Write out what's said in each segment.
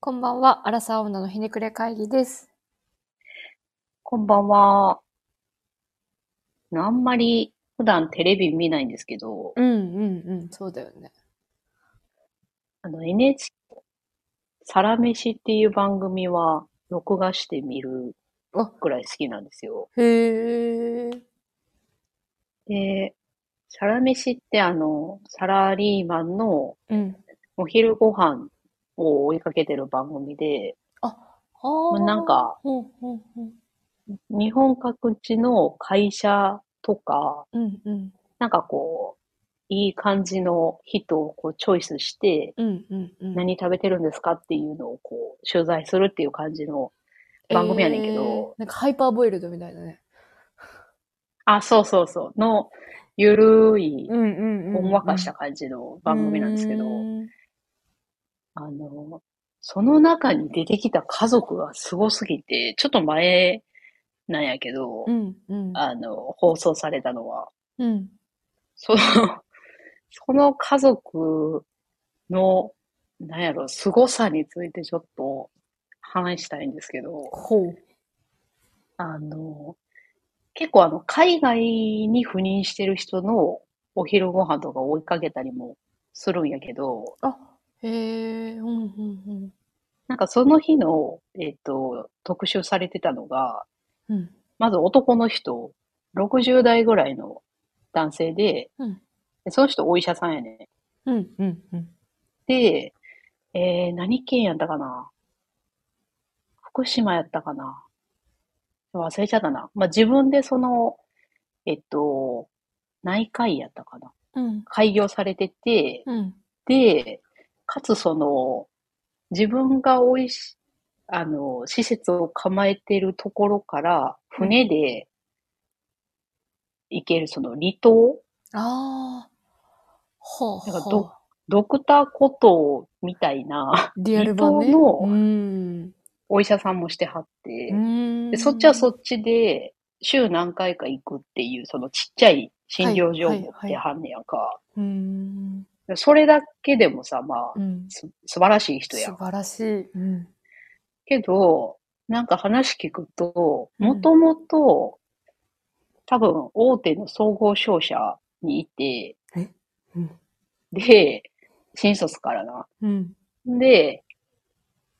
こんばんは。アラサー女のひねくれ会議です。こんばんは。あんまり普段テレビ見ないんですけど、うんうんうん。そうだよね。あの NHK、サラメシっていう番組は録画して見るくらい好きなんですよ。へえ。で、サラメシってあの、サラリーマンのうん。お昼ご飯を追いかけてる番組で、あまあなん、かうんうんうん。日本各地の会社とか、うんうん。なんかこう、いい感じの人をこうチョイスして、うんうんうん。何食べてるんですかっていうのをこう取材するっていう感じの番組やねんけど、えーなんかハイパーボイルドみたいなね。あ、そうそうそう、のゆるい、んうんほんわかした感じの番組なんですけど、うんあの、その中に出てきた家族がすごすぎて、ちょっと前なんやけど、うん。あの、放送されたのは、うん。その、その家族の、なんやろ、凄さについてちょっと話したいんですけど、ほう。あの、結構あの、海外に赴任してる人のお昼ご飯とか追いかけたりもするんやけど、あ、へえ。うんうんうん。なんかその日の、えっと、特集されてたのが、うん。まず男の人、60代ぐらいの男性で、うんでその人お医者さんやね。うんうんうん。で、えー、何県やったかな福島やったかな忘れちゃったな。まあ、自分でその、えっと、内科医やったかなうん。開業されてて、うん。で、かつその、自分がおいし、あの、施設を構えてるところから、船で行けるその離島、ああ。ほうなんかほうど。ドクターコトーみたいな リアル版ね。離島のうん。お医者さんもしてはって、で、でそっちはそっっちで、週何回か行くっていう、そのちっちゃい診療所を持ってはんねやんか。うーん。それだけでもさ、まあう、ん。す素晴らしい人素やん。晴らしい。うん。けど、なんか話聞くと、うんもともと、多分大手の総合商社にいて、えうんで、新卒からな。うん。で、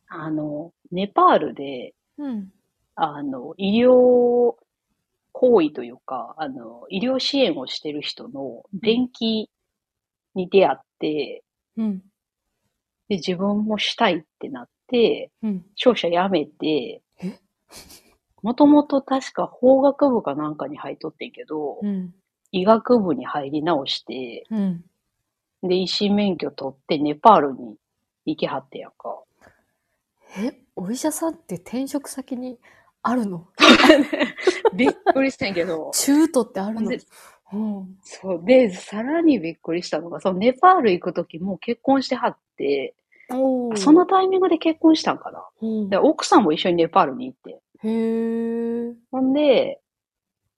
あの、ネパールで、うん。あの、医療行為というか、あの、医療支援をしてる人の電気に出会って、うん。で、自分もしたいってなって、うん。商社辞めてえ、 もともと確か法学部かなんかに入っとってんけど、うん。医学部に入り直して、うん。で、医師免許取ってネパールに行きはってんやんか。え、お医者さんって転職先にあるの びっくりしてんけ ど中途ってあるのでうん。そう。で、さらにびっくりしたのが、そのネパール行くときもう結婚してはって、おーそのタイミングで結婚したんかな。うんで、奥さんも一緒にネパールに行って。へえ。ほんで、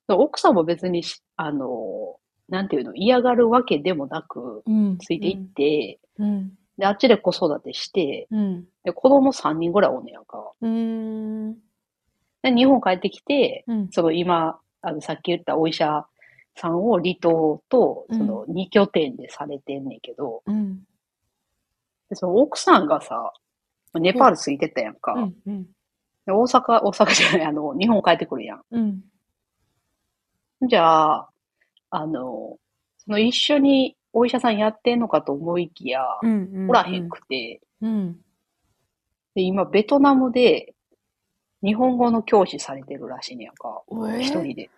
奥さんも別にし、あの、なんていうの、嫌がるわけでもなく、うん。ついていって、うん。で、あっちで子育てして、うん。で、子供3人ぐらいおんねやんか。うん。で、日本帰ってきて、うん。その今、あの、さっき言ったお医者さんを離島と、その2拠点でされてんねんけど、うん。で、その奥さんがさ、ネパールついてったやんか。うん。うん。で大阪、大阪じゃない、あの、日本帰ってくるやうん。ん。じゃあ、あの、その一緒にお医者さんやってんのかと思いきや、うん。おらへんくて、うん。で、今、ベトナムで、日本語の教師されてるらしいねやんかお。え一人で。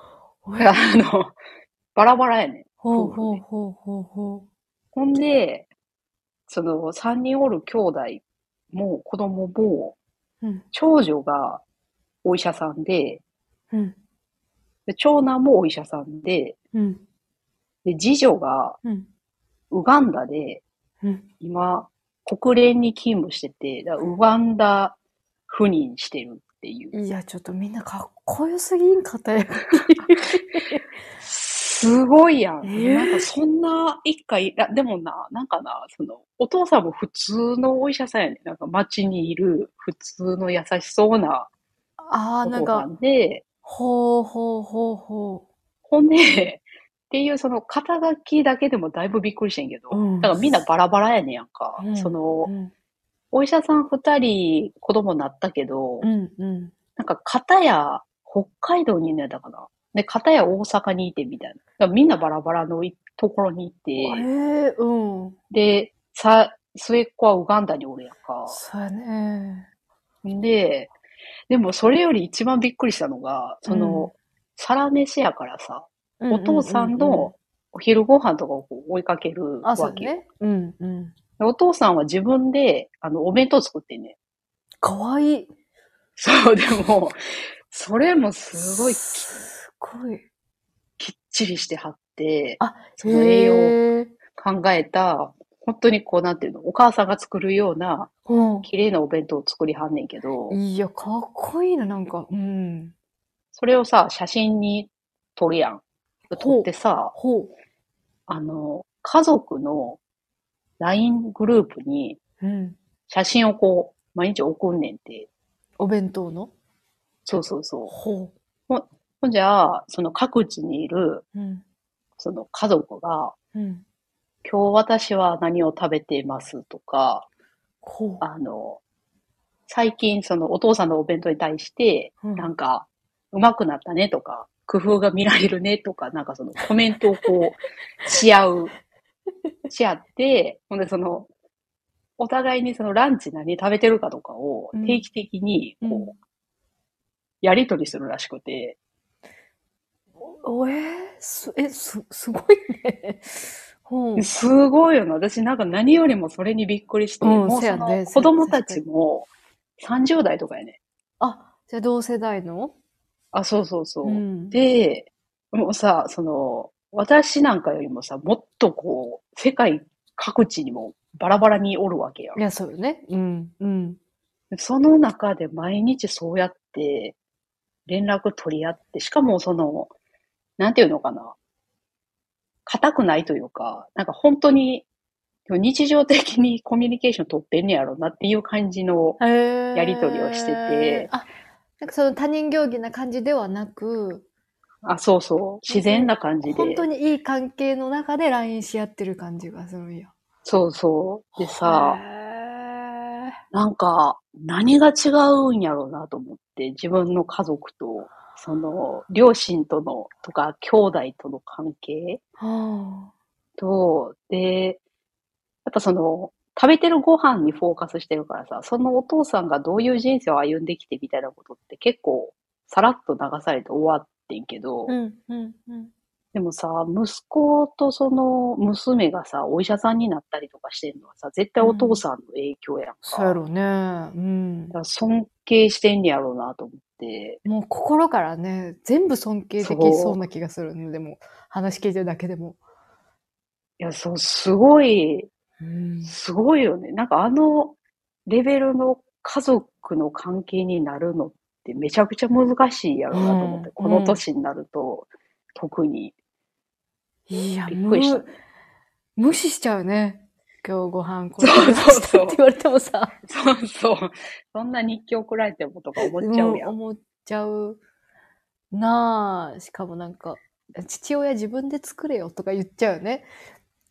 ほだから、あの、バラバラやねん。ほうほうほうほうほほんで、その、三人おる兄弟も、子供も、う。うん。長女がお医者さんで、うん。で、長男もお医者さんで、うん。で、次女がうん。ウガンダで、うん今、国連に勤務してて、だからウガンダ赴任してるっていう。いや、ちょっとみんなかっこよすぎんかったよ。すごいやん。えーなんかそんな一回、あでもな、なんかな、その、お父さんも普通のお医者さんやねん。なんか街にいる普通の優しそうな ああ、おなん父かさ、んで、ほうほうほうほほんで、っていうその肩書きだけでもだいぶびっくりしてんけど、うんだからみんなバラバラやねんやんか。うん。そうのう、ん、お医者さん二人子供なったけど、うん、うん。なんか片や北海道にいんのやったかな。で、片や大阪にいてみたいな。だからみんなバラバラのいところにいて、ええうん。で、さ、末っ子はウガンダにおるやんか。そうやね。で、でもそれより一番びっくりしたのが、その、サラメシやからさ、お父さうんうううのお昼ご飯とかをこう追いかけるあ、わそうけやよ。ね。うん、うん。でお父さんは自分で、あの、お弁当作ってんねん。 かわいい。そう、でも、それもすごいすごい。きっちりしてはって、あ、その栄養へえ考えた、本当にこう、なんていうの、お母さんが作るような、うん。綺麗なお弁当を作りはんねんけど、いや、かっこいいな、なんか。うん。それをさ、写真に撮るやん。撮ってさ、ほう。あの、家族の LINE グループにうん。写真をこう、毎日送んねんって。お弁当のそうそうそう。ほほんじゃあ、その各地にいる、う。うん。その家族が、うん。今日私は何を食べていますとか、ほあの、最近そのお父さんのお弁当に対して、う。うんなんか、うまくなったねとか、工夫が見られるねとか、なんかそのコメントをこう、し合 う、し合って、ほんでその、お互いにそのランチ何食べてるかとかをうん定期的に、こう、うんやりとりするらしくて、おえーす、え、す、すごいね。 ほう。すごいよな。私なんか何よりもそれにびっくりして、うんもせうそやねのせや子供たちも30代とかやね。あ、じゃあ同世代のあ、そうそうそう。ん。で、もうさ、その、私なんかよりもさ、もっとこう、世界各地にもバラバラにおるわけやんい。や、そうよね。うん。うん。その中で毎日そうやって連絡取り合って、しかもその、なんていうのかな。硬くないというか、なんか本当に日常的にコミュニケーション取ってんねやろうなっていう感じの、へえやりとりをしててあ、なんかその他人行儀な感じではなく、あ、そうそう、自然な感じ本で当。にいい関係の中で LINE し合ってる感じがするんや。そうそう。でさ、へーなんか、何が違うんやろうなと思って、自分の家族と、その、両親との、とか、兄弟との関係はあ。と、で、やっぱその、食べてるご飯にフォーカスしてるからさ、そのお父さんがどういう人生を歩んできてみたいなことって結構、さらっと流されて終わってんけうど、ん、うん、うん。でもさ、息子とその娘がさ、お医者さんになったりとかしてんのはさ、絶対お父さんの影響やんか。そうやろうね。うんだか。ら尊敬してんねやろうなと思って。もう心からね、全部尊敬できそうそうな気がするね。でも、話聞いてるだけでも。いや、そう、すごい、うん。すごいよね。なんかあのレベルの家族の関係になるのってめちゃくちゃ難しいやろうなと思って、うんこの年になると、特に。いや、びっくりしたむ無視しちゃうね。今日ご飯こそうれそうそうって言われてもさ、そうそう。そんな日記送られてもとか思っちゃうや。うん思っちゃうなあ。しかもなんか、父親自分で作れよとか言っちゃうよね。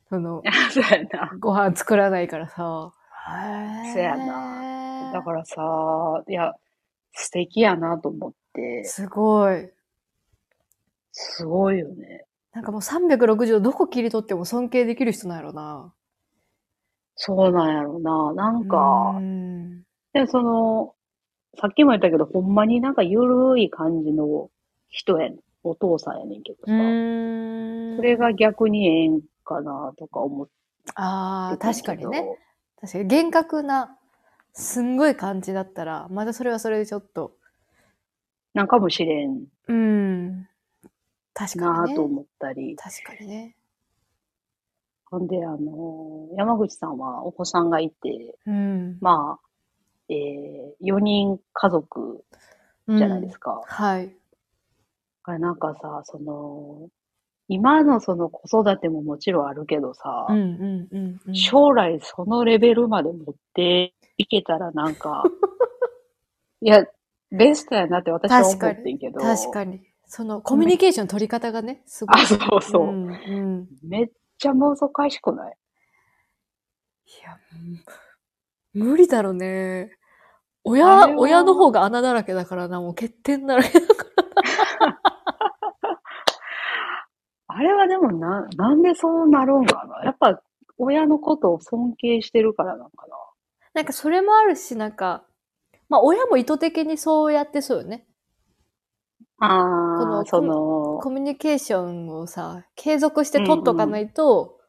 そ の、そうやな。ご飯作らないからさ。へえそうやなだからさ、いや、素敵やなと思って、すごい。すごいよね。なんかもう360度どこ切り取っても尊敬できる人なんやろな。そうなんやろうな。なんか、うんで、その、さっきも言ったけど、ほんまになんかゆるい感じの人やねん。お父さんやねんけどうさ。ーん。それが逆にええんかなとか思ってああ、た確かけにどね。。確かに厳格な、すんごい感じだったら、またそれはそれでちょっと、なんかもしれんうん。確かなにとね。思ったり。確かにね。ほんで、あの、山口さんはお子さんがいて、うん。まあ、えー、4人家族じゃないですか。か。はい。だからなんかさ、その、今のその子育てももちろんあるけどさ、うんうんうんうん。将来そのレベルまで持っていけたらなん か、いや、ベストやなって私は確思かっにてんけど。確かに。そのコミュニケーション取り方がね、すごい。あ、そうそう。うんうん。めっちゃ妄想返しくないいや、うん無理だろうね。あ親れ、は親の方が穴だらけだからな、もう欠点だら けだから。あれはでもな、なんでそうなるんかなやっぱ、親のことを尊敬してるからなのかななんかそれもあるし、なんか、まあ親も意図的にそうやってそうよね。こあのあ、その、コミュニケーションをさ、継続して取っとかないと、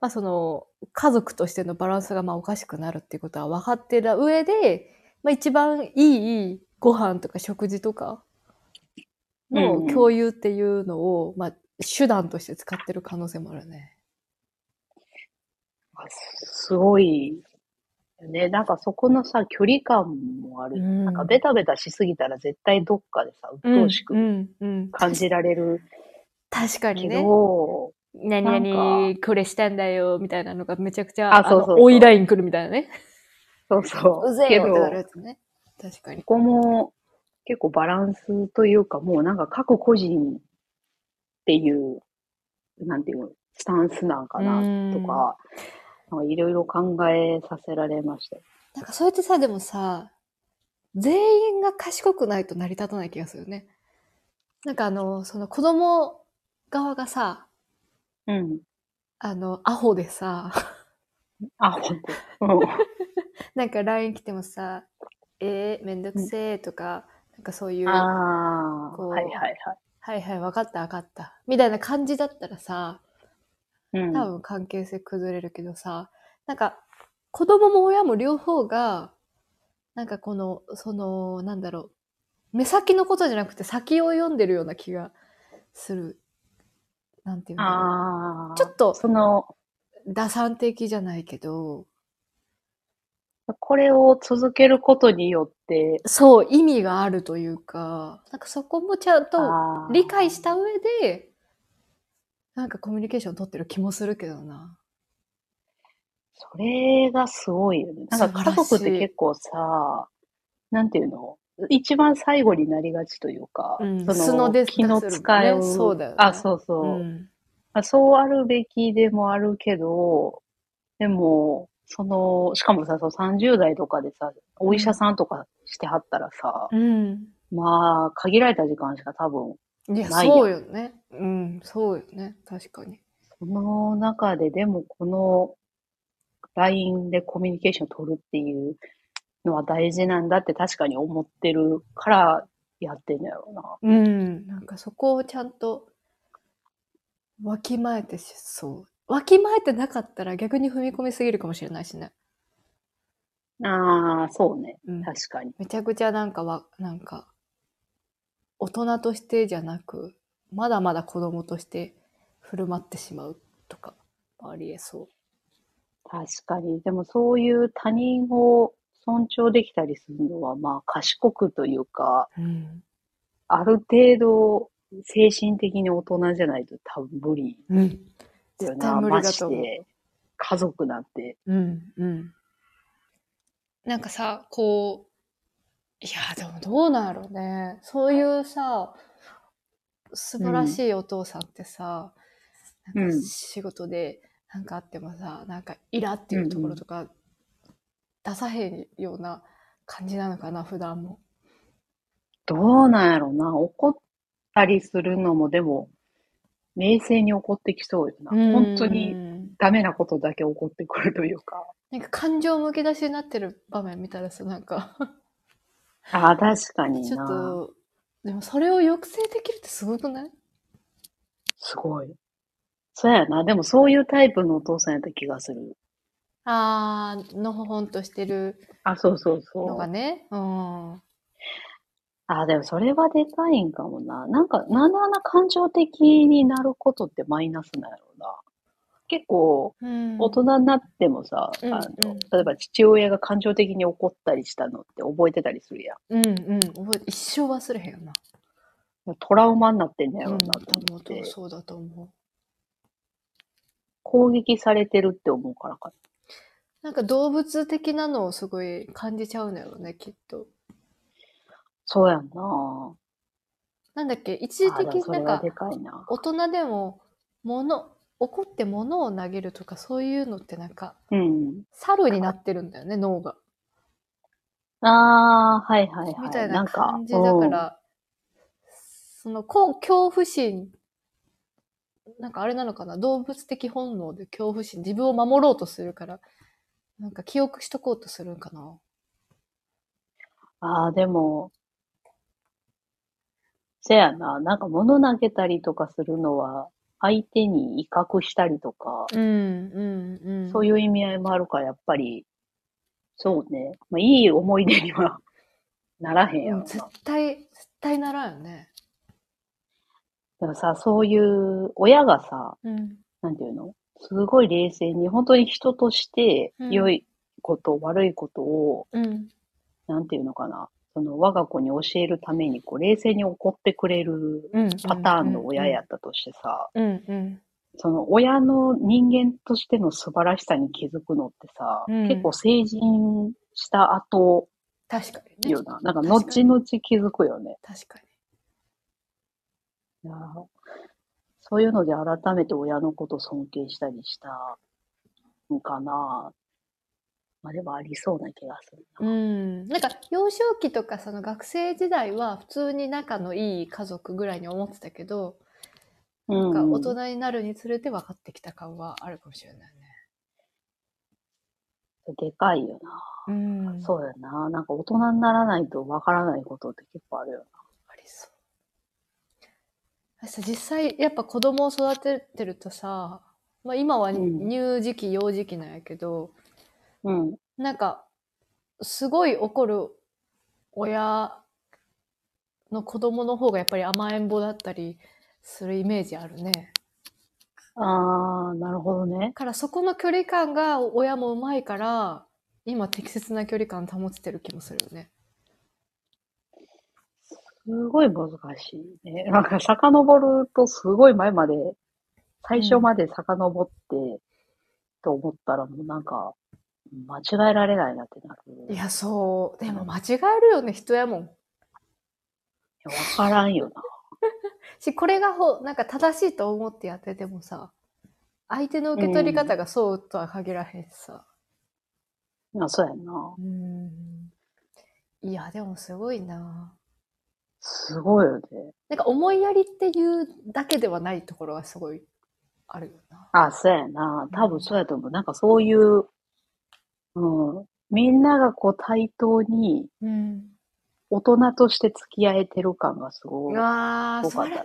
まあその、家族としてのバランスがまあおかしくなるっていうことは分かってた上で、まあ一番いいご飯とか食事とかうんのうん共有っていうのを、まあ手段として使ってる可能性もあるね。すごい、ね、なんかそこのさ、距離感もある。うんなんかベタベタしすぎたら絶対どっかでさ、鬱陶しうんくうんうん感じられる確かにけね。ど、何なん々これしたんだよみたいなのがめちゃくちゃ、あそうそうそうあの、追いライン来るみたいなね。そうそう。ぜえけよってなるどや、つね。確かに。ここも結構バランスというか、もうなんか各個人っていう、なんていうの、スタンスなんかなとか、なんかいろいろ考えさせられました。なんかそうやってさ、でもさ、全員が賢くないと成り立たない気がするね。なんかあの、その子供側がさ、うん。あの、アホでさ、 あ、本当。うん。なんか LINE 来てもさ、えー、めんどくせえとか、なんかそういう、はああ、こうはいはいはい。いはい、わかったわかった、みたいな感じだったらさ、うん。多分関係性崩れるけどさ、なんか子供も親も両方が、なんかこの、その、なんだろう、目先のことじゃなくて先を読んでるような気がする。なんていうのああ、ちょっとその、打算的じゃないけど、これを続けることによって、そう、意味があるというか、なんかそこもちゃんとあー理解した上で、なんかコミュニケーション取ってる気もするけどな。それがすごいよね。なんか家素族晴らっしてい結構さ、なんていうの一番最後になりがちというか、うんその素の出気の使いを、出するねそうだよねあ、そうそう。んまあそうあるべきでもあるけど、でも、その、しかもさ、そう30代とかでさ、お医者さんとかしてはったらさ、うん。まあ、限られた時間しか多分、いや、ないやんそうよね。うん、そうよね。確かに。その中ででもこの LINE でコミュニケーションを取るっていうのは大事なんだって確かに思ってるからやってんだろうな。うん。なんかそこをちゃんと、わきまえてしそう。わきまえてなかったら逆に踏み込みすぎるかもしれないしね。ああ、そうね。うん。確かに。めちゃくちゃなんかわ、なんか、大人としてじゃなく、まだまだ子供として振る舞ってしまうとか、ありえそ確かに。でもそういう他人を尊重できたりするのは、まあ賢くというか、う。うん。ある程度精神的に大人じゃないと多分無理うん。だよ絶な。対無理まだしと思う。て、家族なんて。うんうん。なんかさ、こう、いや、でもどうなんやろうね。そういうさ、素晴らしいお父さんってさ、うんなんうかん仕事でなんかあってもさ、なんかイラっていうところとか出さへんような感じなのかな、普段も。どうなんやろな。怒ったりするのも、でも、冷静に怒ってきそうよな。本当うにん。ダメなことだけ怒ってくるというか。なんか感情むき出しになってる場面見たらさ、なんか、ああ、確かにちょっな。と、でもそれを抑制できるってすごくないすごい。そうやな。でもそういうタイプのお父さんやった気がする。あー、のほほんとしてるあ、そうそうのそがう。ね。うん。ああ、でもそれはでかいんかもな。なんか、なんであんな感情的になることってマイナスなんやろうな。結構、うん大人になってもさ、うんあうんの、例えば父親が感情的に怒ったりしたのって覚えてたりするやん。うんうん。覚え一生忘れへんよな。トラウマになってんだうよん、なと多思っ分て、そうだと思う。攻撃されてるって思うからか。なんか動物的なのをすごい感じちゃうんだろうね、きっと。そうやんな。なんだっけ、一時あーで的もにそなれんはかで、かいな。大人でも、物、怒って物を投げるとか、そういうのってなんか、うん。猿になってるんだよね、脳が。ああ、はいはいはい。みたいななんか感じだか、ら、その、こう恐怖心、なんかあれなのかな、動物的本能で恐怖心、自分を守ろうとするから、なんか記憶しとこうとするんかな。うんああ、でも、せやな。なんか物投げたりとかするのは、相手に威嚇したりとか、うん、うん、うん。そういう意味合いもあるから、やっぱり、そうね。まあ、いい思い出には ならへんやうんん、絶な。対、絶対ならんよね。でもさ、そういう、親がさ、うん。なんていうのすごい冷静に、本当に人として、うん良いこと、悪いことを、うん。なんていうのかな。その、我が子に教えるために、こう、冷静に怒ってくれるうん。パターンの親や。ったとしてさ、うん、うん。その、親の人間としての素晴らしさに気づくのってさ、うん結構成人した後確かにねよ。な。なんか、確か後に々気づくよね。確かに。いやーそういうので改めて親のこと尊敬したりしたんかな。まあでもありそうな気がするな。うん、なんか幼少期とかその学生時代は普通に仲のいい家族ぐらいに思ってたけど、うんなんか大人になるにつれて分かってきた感はあるかもしれないね。でかいよな。うんそうやな。なんか大人にならないとわからないことって結構あるよな。ありそう。私さ実際やっぱ子供を育ててるとさ、まあ、今はうん乳児期幼児期なんやけど、うん。なんかすごい怒る親の子供の方がやっぱり甘えん坊だったりするイメージあるね。あー、なるほどねだ。からそこの距離感が親もうまいから今適切な距離感保ててる気もするよね。すごい難しいね。 なんか遡るとすごい前まで、最初まで遡って、と思ったらもうなんか、間違えられないなってなる。いいや、やそうでも間違えるよね人やもん。わからんよな。しこれがほなんか正しいと思ってやっててもさ相手の受け取り方がそうとは限らへんしさ。まあ、そうやんな。うんいやでもすごいな。すごいよね。なんか思いやりっていうだけではないところがすごいあるよな。あ、そうやな。多分そうやと思う。なんかそういう、うん。みんながこう対等にうん。大人として付き合えてる感がすごうい。わーすそごかっれた。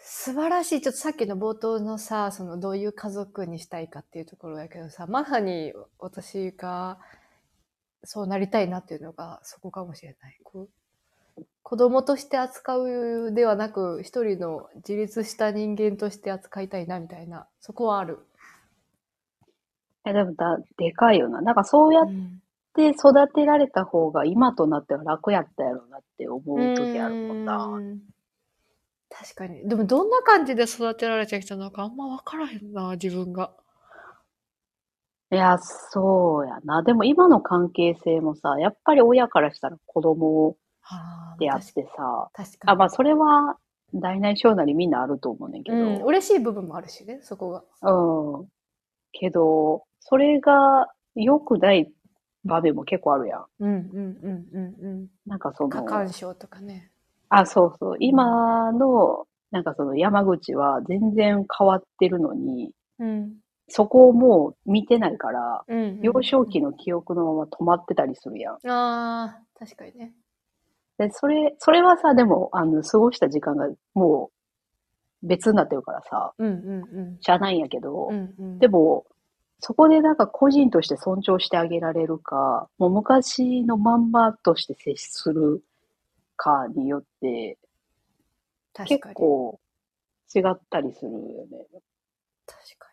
素晴らしい。ちょっとさっきの冒頭のさ、そのどういう家族にしたいかっていうところだけどさ、まさに私がそうなりたいなっていうのがそこかもしれない。こう子供として扱うではなく、一人の自立した人間として扱いたいなみたいな、そこはある。え、でもだ、でかいよな。なんかそうやって育てられた方が今となっては楽やったやろなって思う時あるもんうな。ーん確かに。でもどんな感じで育てられてきたのかあんま分からへんな、自分が。いや、そうやな。でも今の関係性もさ、やっぱり親からしたら子供あーであっ確てさ、確かに。あ、まあ、それは、大なり小なりみんなあると思うねんけうん、ど、嬉しい部分もあるしね、そこが。うん。けど、それが良くない場面も結構あるやん。うんうんうんうんなんかそうん。過干の、渉とかね。あ、そうそう、今の、なんかその山口は全然変わってるのに、うん。そこをもう見てないから、うん、うん。幼少期の記憶のまま止まってたりするやん。ああ、確かにね。で、それ、それはさ、でも、あの、過ごした時間がもう別になってるからさ、うんうんしゃあないんやけどうん。う、んうん。でも、そこでなんか個人として尊重してあげられるか、もう昔のまんまとして接するかによって、確結かに。構違ったりするよね。確かに。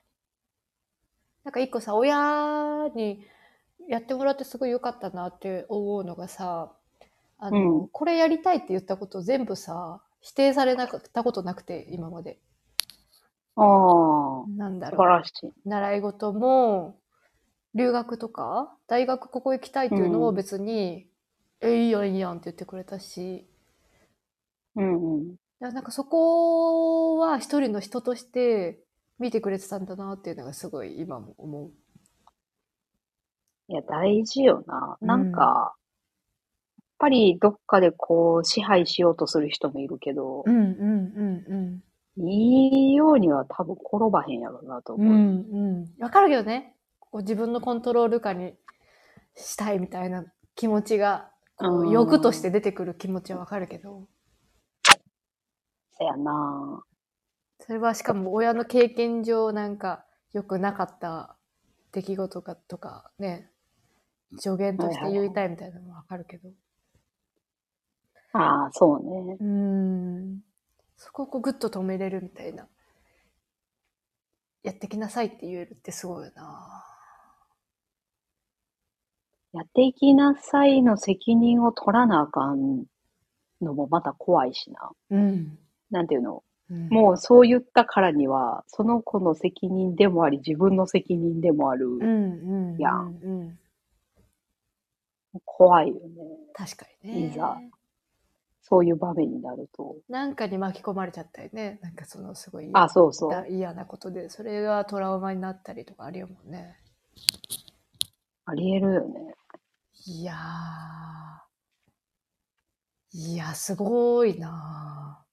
なんか一個さ、親にやってもらってすごい良かったなって思うのがさ、あの、うんこれやりたいって言ったこと全部さ、否定されなかったことなくて、今まで。ああ、なんだ素ろ晴う。らしい。習い事も、留学とか、大学ここ行きたいっていうのうをん別に、え、いいやんいいやんって言ってくれたし、うんうん。いやなんかそこは一人の人として見てくれてたんだなっていうのがすごい今も思う。いや、大事よな。うんなんか、やっぱりどっかでこう支配しようとする人もいるけど、んうんうんうん。いいようには多分転ばへんやろうなとう思う。んうん。わかるけどね。こう自分のコントロール下にしたいみたいな気持ちが、こううん欲として出てくる気持ちはわかるけど。そやな。それはしかも親の経験上なんか良くなかった出来事かとかね、助言として言いたいみたいなのもわかるけど。ああ、そうね。うーん。そこをこうグッと止めれるみたいな。やってきなさいって言えるってすごいよな。やっていきなさいの責任を取らなあかんのもまた怖いしな。うん。なんていうのももうそう言ったからには、その子の責任でもあり、自分の責任でもある。うん、うん。いやうんうん。怖いよね。確かにね。いざそういう場面になると。なんかに巻き込まれちゃったりね。なんかそのすごいあ、そうそう。だ嫌なことで、それがトラウマになったりとかあるよもんね。ありえるよね。いやー。いや、すごいな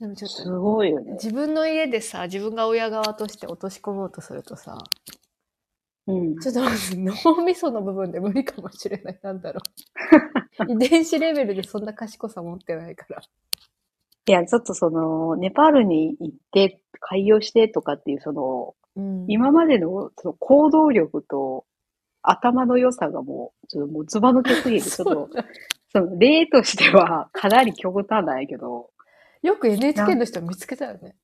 でもちょっとすごいよね。自分の家でさ自分が親側として落とし込もうとするとさうん。ちょっとまず脳みその部分で無理かもしれないなんだろ う遺伝子レベルでそんな賢さ持ってないからいや、ちょっとその、ネパールに行って、開業してとかっていう、その、うん今までのその行動力と頭の良さがもう、ちょっともうズバ抜けす ぎて、ちょっと、その、例としてはかなり極端なんやけど、よく NHK の人見つけたよね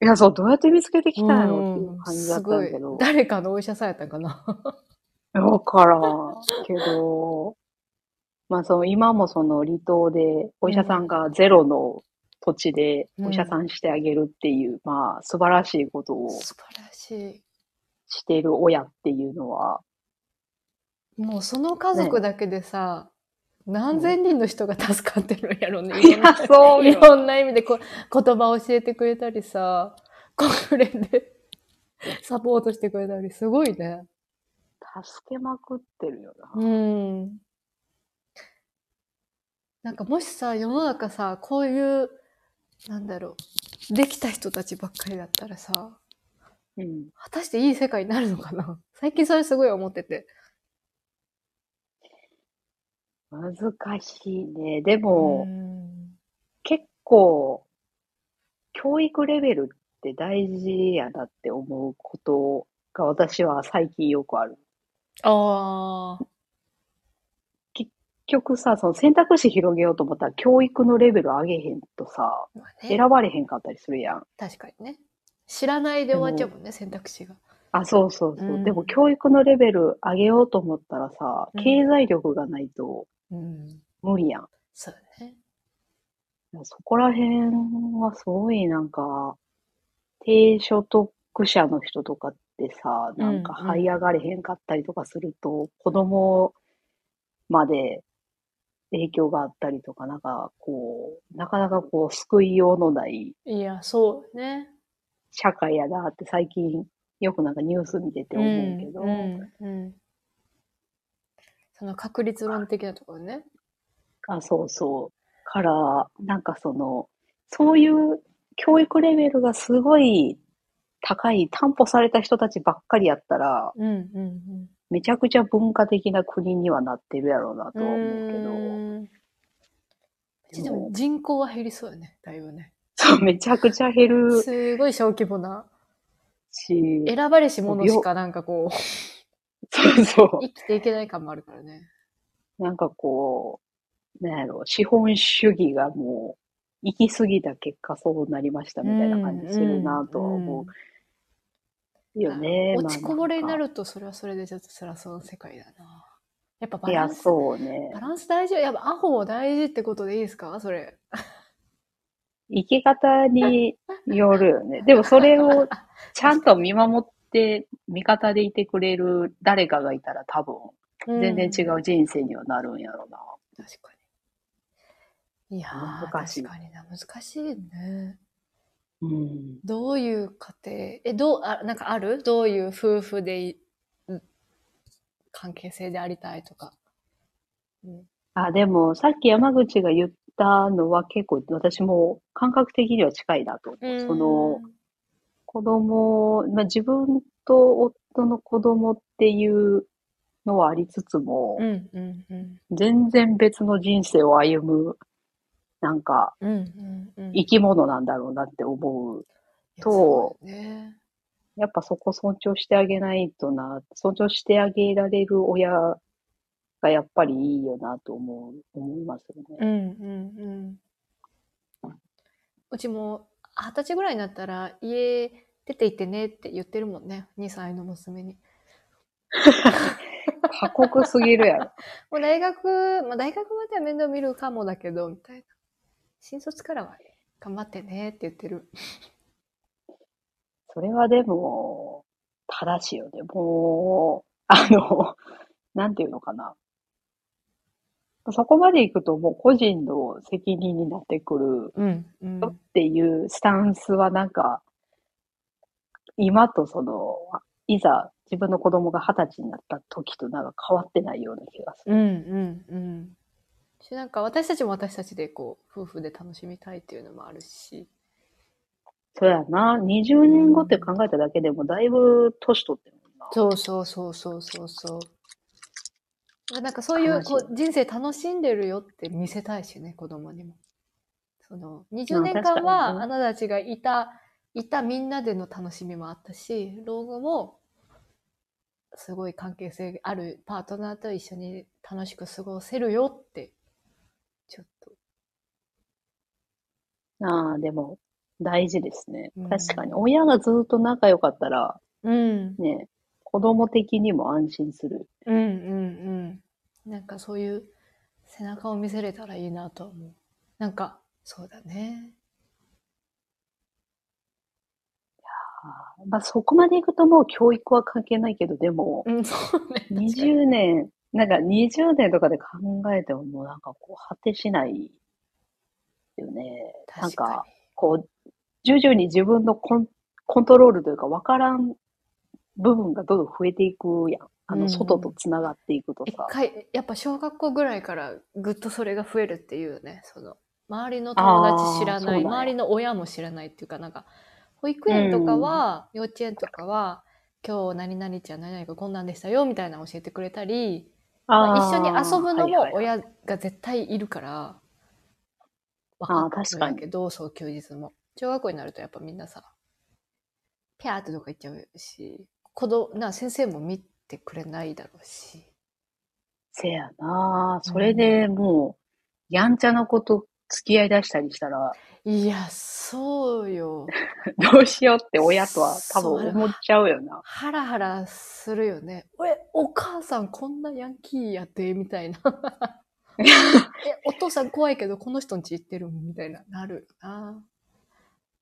いや、そう、どうやって見つけてきたんやろっていううん感じだったんやけど、誰かのお医者さんやったんかなだ からんけど、まあその今もその離島でお医者さんがゼロの土地でうんお医者さんしてあげるっていう、まあ素晴らしいことを素晴らししている親っていうのは、いもうその家族だけでさ、何千人の人が助かってるんやろうね、 いや、そういよ。ろんな意味でこう言葉を教えてくれたりさ、国連で サポートしてくれたり、すごいね。助けまくってるよな。うん。なんかもしさ、世の中さ、こういう、なんだろう、できた人たちばっかりだったらさ、うん。果たしていい世界になるのかな最近それすごい思ってて。難しいね。でも、ん。結構、教育レベルって大事やなって思うことが私は最近よくある。ああ。結局さ、その選択肢広げようと思ったら教育のレベル上げへんとさ、まあね選、ばれへんかったりするやん。確かにね。知らないで終わっちゃうもんね、選択肢が。あ、そうそうそう。うんでも教育のレベル上げようと思ったらさう、ん経済力がないとうん。無理やん。そうだね。そこら辺はすごいなんか、低所得者の人とかってさ、なんかうんうん這い上がれへんかったりとかすると、子供まで影響があったりとか、なんかこう、なかなかこう救いようのないいや、そうね。社会やなって最近よくなんかニュース見てて思うけど、んうんうんその確率論的なところね。あ、そうそう。から、なんかその、そういう教育レベルがすごい高い、担保された人たちばっかりやったら、うんうんめちゃくちゃ文化的な国にはなってるやろうなとうはん。思うけど、うけでも人口は減りそうよね、だいぶね。そう、 めちゃくちゃ減るすごい小規模な。し、選ばれし者しかなんかこう、 そうそ生きていけない感もあるからね。う。なんかこう、なんやろ、資本主義がもう、行き過ぎた結果そうなりましたみたいな感じするなとは思う。うんよね。落ちこぼれになる。ると、それはそれでちょっと辛そうな世界だな。やっぱバいラや、ンス、そうねバ。ランス大事やっぱアホも大事ってことでいいですかそれ。生き方によるよね。でもそれをちゃんと見守って、味方でいてくれる誰かがいたら多う分、ん全然違う人生にはなるんやろうな。確かに。いやー、難しい確かにな、難しいね。うん。どういう家庭、え、どう、あなんかあるどういう夫婦でい、うん関係性でありたいとか。うん、あ、でも、さっき山口が言ったのは結構私も感覚的には近いなと思う。その、子供、まあ、自分と夫の子供っていうのはありつつもう、ん、うん、うん。全然別の人生を歩む、なんか、うん、うん、うん。生き物なんだろうなって思う。といやそうだよねやっぱそこ尊重してあげないとな、尊重してあげられる親がやっぱりいいよなと思う、思いますようね。んうんうん。うちも二十歳ぐらいになったら家出て行ってねって言ってるもんね。2歳の娘に。過酷すぎるやろ。もう大学、まあ大学までは面倒見るかもだけど、みたいな。新卒からは頑張ってねって言ってる。それはでも、正しいよね。もう、あの、なんていうのかな。そこまで行くともう個人の責任になってくるうん。うんよっていうスタンスはなんか、今とその、いざ自分の子供が二十歳になった時となんか変わってないような気がすうる。んうんうん。し、なんか私たちも私たちでこう、夫婦で楽しみたいっていうのもあるし。そうやな。20年後って考えただけでもだいぶ年取ってるもんな。そうそうそうそうそうそう。なんかそういう楽しいこう人生楽しんでるよって見せたいしね、子供にも。そのう20ん年確か間にはねあなたたちがいた、いたみんなでの楽しみもあったし、老後もすごい関係性あるパートナーと一緒に楽しく過ごせるよって、ちょっと。ああ、でも、大事ですねうん。確かに。親がずっと仲良かったら、うん。ね、子供的にも安心する。うんうんうん。なんかそういう背中を見せれたらいいなとは思う。なんか、そうだね。あーまあ、そこまでいくともう教育は関係ないけど、でも、うん、そうね。確かに20年、なんか20年とかで考えてももうなんかこう、果てしないよね。 なん確か、かこう、徐々に自分のコン、コントロールというか、わからん部分がどんどん増えていくやん。あうんうの、ん外とつながっていくとに。一さ。回、やっぱ小学校ぐらいからぐっとそれが増えるっていうね、その、周りの友達知らなあーそい、うなんや周りの親も知らないっていうか、なんか、保育園とかは、幼稚園とかは、今日何々ちゃん何々がこんなんでしたよ、みたいなの教えてくれたり、まあ一緒に遊ぶのあーはいはいもはい親が絶対いるから、わーかる確んかだにけど、そう、休日も。小学校になるとやっぱみんなさ、ピャーってどっか行っちゃうし、子供、な、先生も見てくれないだろうし。せやなあそれでもう、やんちゃなこと付き合い出したりしたら、 いや、そうよ。どうしようって親とは多そう分思っちゃうよな。ハラハラするよね。え、お母さんこんなヤンキーやって、み たいな。え、お父さん怖いけど、この人んち行ってる、みたいな、なるよな。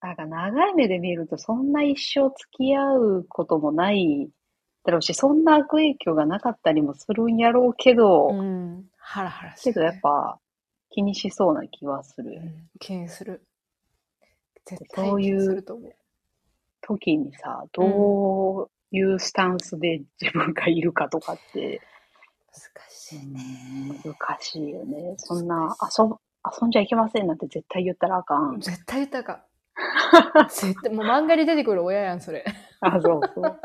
なんか長い目で見ると、そんな一生付き合うこともないだろうし、そんな悪影響がなかったりもするんやろうけど、うん。ハラハラすける、どやっぱ気にしそうな気はするうよね。ん、気にする。絶対そう気いうにすると思う。時にさ、どういうスタンスで自分がいるかとかって難しいね。難しいよね。そんな遊ぶ、遊んじゃいけませんなんて絶対言ったらあかん。絶対豊か。絶対、もう漫画に出てくる親やん、それ。あ、そうそう。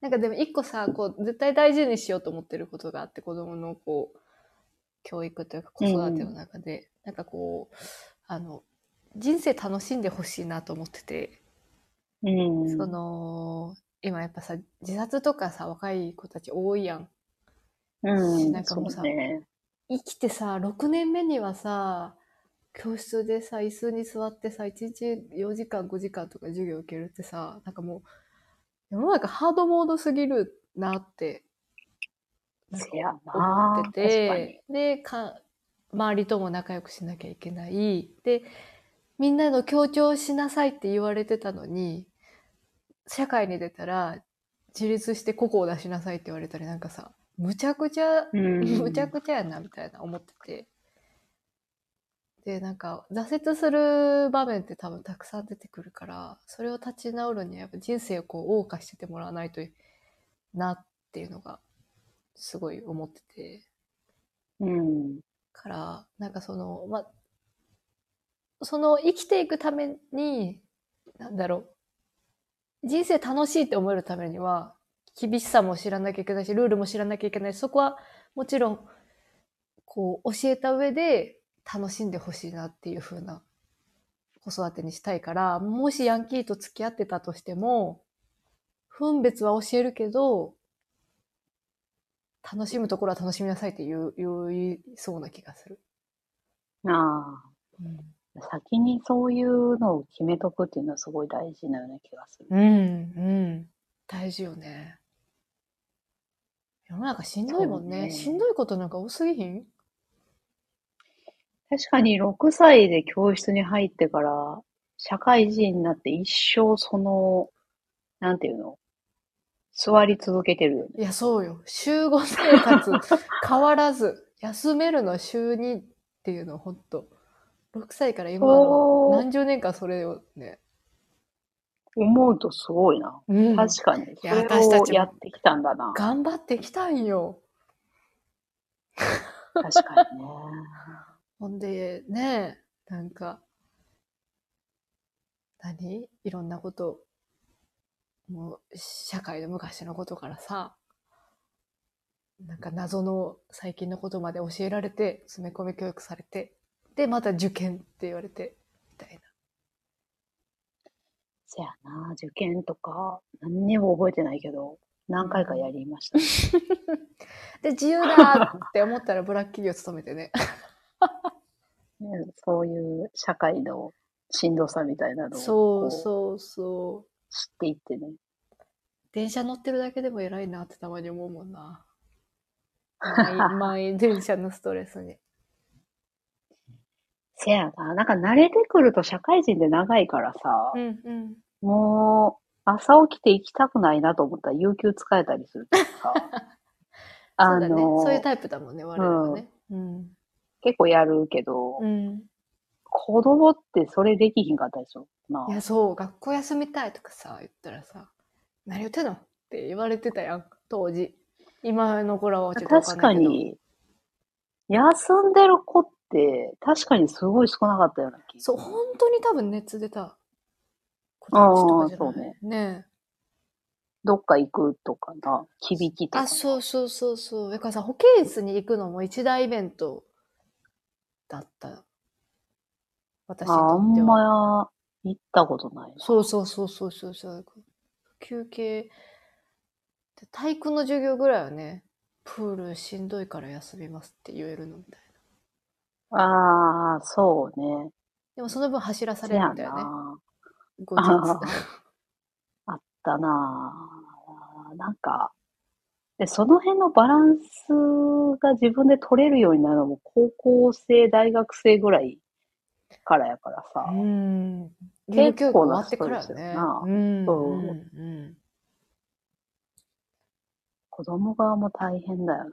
なんかでも一個さ、こう、絶対大事にしようと思ってることがあって、子供のこう、教育というか子育ての中で、なんかこう、あの、人生楽しんでほしいなと思ってて、うん。その、今やっぱさ、自殺とかさ、若い子たち多いやん。うん、なんかもうさそうね。生きてさ、6年目にはさ、教室でさ、椅子に座ってさ、1日4時間、5時間とか授業受けるってさ、なんかもう、世の中ハードモードすぎるなってなんかせやな思ってて、でか、周りとも仲良くしなきゃいけない。で、みんなの協調しなさいって言われてたのに、社会に出たら、自立して個々を出しなさいって言われたり、なんかさ、むちゃくちゃ、確かに。 うん。むちゃくちゃやな、みたいな思ってて。で、なんか、挫折する場面って多分たくさん出てくるから、それを立ち直るにはやっぱ人生をこう、謳歌しててもらわないとなっていうのが、すごい思ってて。うん。から、なんかその、ま、その生きていくために、なんだろう、人生楽しいって思えるためには、厳しさも知らなきゃいけないし、ルールも知らなきゃいけないし、そこはもちろん、こう、教えた上で楽しんでほしいなっていう風な子育てにしたいから、もしヤンキーと付き合ってたとしても、分別は教えるけど、楽しむところは楽しみなさいって言う、言いそうな気がする。あうんあ。先にそういうのを決めとくっていうのはすごい大事なような気がする。うん、うん。大事よね。世の中しんどいもんね。そうねしんどいことなんか多すぎひん確かに6歳で教室に入ってから、社会人になって一生その、なんていうの座り続けてるよね。いや、そうよ。週5生 活変わらず、休めるのは週2っていうのほんと。6歳から今のおー何十年間それをね。思うとすごいな。うん確かに。そやれ私たをちもやってきたんだな。頑張ってきたんよ。 確かにね。ほんで、ねなんか、何いろんなこと、もう、社会の昔のことからさ、なんか謎の最近のことまで教えられて、詰め込み教育されて、で、また受験って言われて、みたい せやな。受験とか、何にも覚えてないけど、何回かやりました。な。で、自由だって思ったらブラック企業勤めてね。ねそういう社会のしんどさみたいなの そをうこそうそう。う知っていってね。電車乗ってるだけでも偉いなってたまに思うもん な。満員満員電車のストレスに。せやな。なんか慣れてくると社会人で長いからさう、んうん。もう朝起きて行きたくないなと思ったら有給使えたりすると かそうあだね。の、そういうタイプだもんね、我々はね。うん。結構やるけど、うん。子供ってそれできひんかったでしょ。ないや、そう、学校休みたいとかさ、言ったらさ、何言ってんのって言われてたやん、当時。今の子らはちょっとわ確かかんないけど。に、休んでる子って確かにすごい少なかったような気そう、本当に多分熱出た子たちとかじゃあないあそうねねえどっか行くとかな、響きとか。あ、そうそうそうそう。だからさ、保健室に行くのも一大イベントだった。私にああとっんては。ま行ったことないな。そうそうそうそうそうそう。休憩。で体育の授業ぐらいはね、プールしんどいから休みますって言えるのみたいな。ああ、そうね。でもその分走らさそれるやみたいなね。な。後日ああったなあ。なんか、で、その辺のバランスが自分で取れるようになるのも高校生、大学生ぐらいからやからさ。うん。義務教育終わってからよね結構な。うん。トうレスんようん。子供側も大変だよ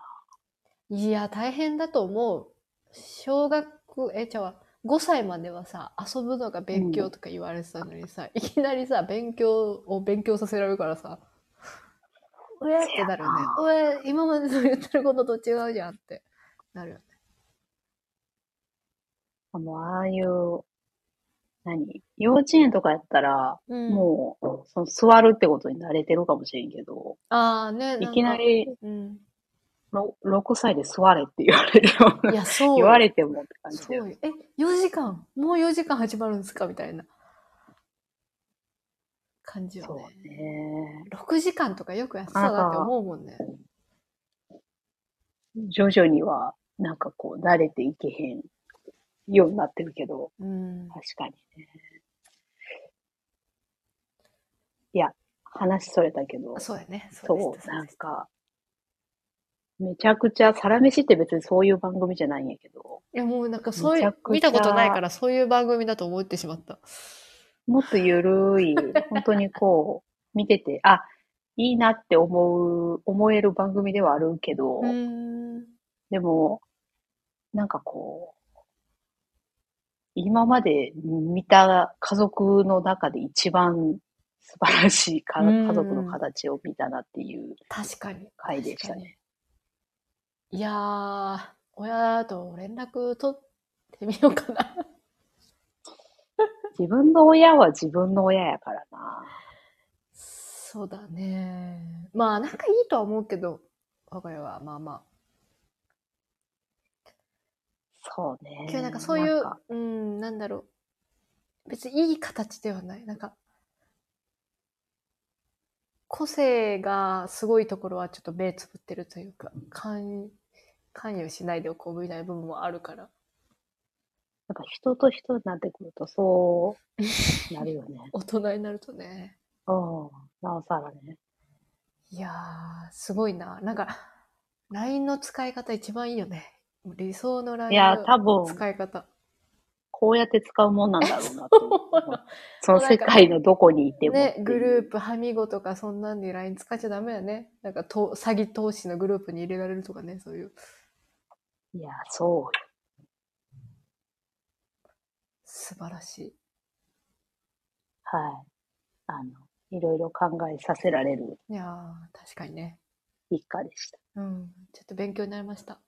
な。いや、大変だと思う。小学、え、じゃあ、5歳まではさ、遊ぶのが勉強とか言われてたのにさ、いきなりさ、勉強を勉強させられるからさ、うえってなるよね。うえ、今までの言ってることと違うじゃんってなるよね。もうああいう、何幼稚園とかやったら、うん。もう、その座るってことに慣れてるかもしれんけど、ああね、いきなんか。りうん。ろ6歳で座れって言われるよういな。や、そう。言われてもって感じそだようよ。え、4時間もう4時間始まるんですかみたいな感じよそうね。ね。 6時間とかよくやってたなって思うもんね。徐々には、なんかこう、慣れていけへんようになってるけど、うん。確かにね。いや、話それたけど、そうやね。そうでそう、したなんか、めちゃくちゃ、サラメシって別にそういう番組じゃないんやけど、いやもうなんかそういめちゃうくち、ゃ見たことないからそういう番組だと思ってしまった。もっとゆる い、本当にこう、見てて、あ、いいなって思う、思える番組ではあるけど、うーん。でも、なんかこう、今まで見た家族の中で一番素晴らしいかうん家族の形を見たなっていう確かに。回でしたね。いやー、親と連絡取ってみようかな。 自分の親は自分の親やからな。そうだね。まあ、仲いいとは思うけど、我が家はまあまあ。そうね。今日なんかそういうなんか、うん、なんだろう。別にいい形ではない。なんか、個性がすごいところはちょっと目つぶってるというか、関関与しないでおこうみたいな部分もあるから。なんか人と人になってくるとそうなるよ ね。大人になるとね。うん。なおさらね。いやー、すごいな。なんか、LINE の使い方一番いいよね。理想のい LINE や、多の分、使い方。こうやって使うもんなんだろうなと思う その世界のどこにいてもね、グルプ。ープ、はみごとか、そんなんで LINE 使っちゃダメだね。なんかと、詐欺投資のグループに入れられるとかね、そういう。いや、そう素晴らしい。はい。あの、いろいろ考えさせられるいやー、確かにね。一家でした。うん。ちょっと勉強になりました。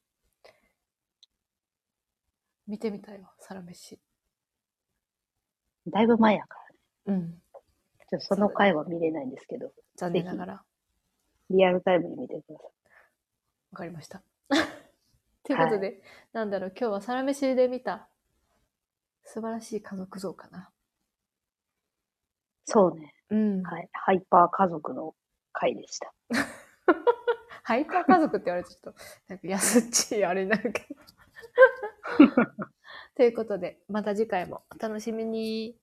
見てみたいわ、サラメシ。だいぶ前やかうん。ら、ちょっとその回は見れないんですけど、残念ながら。わリアルタイムに見てください。かりました。 ということで、なんだろう、今日はサラメシで見た、素晴らしい家族像かな。そうね。うん。はい。ハイパー家族の回でした。ハイパー家族って言われてちょっと、なんか安っちいあれにな るけど。ということで、また次回もお楽しみに。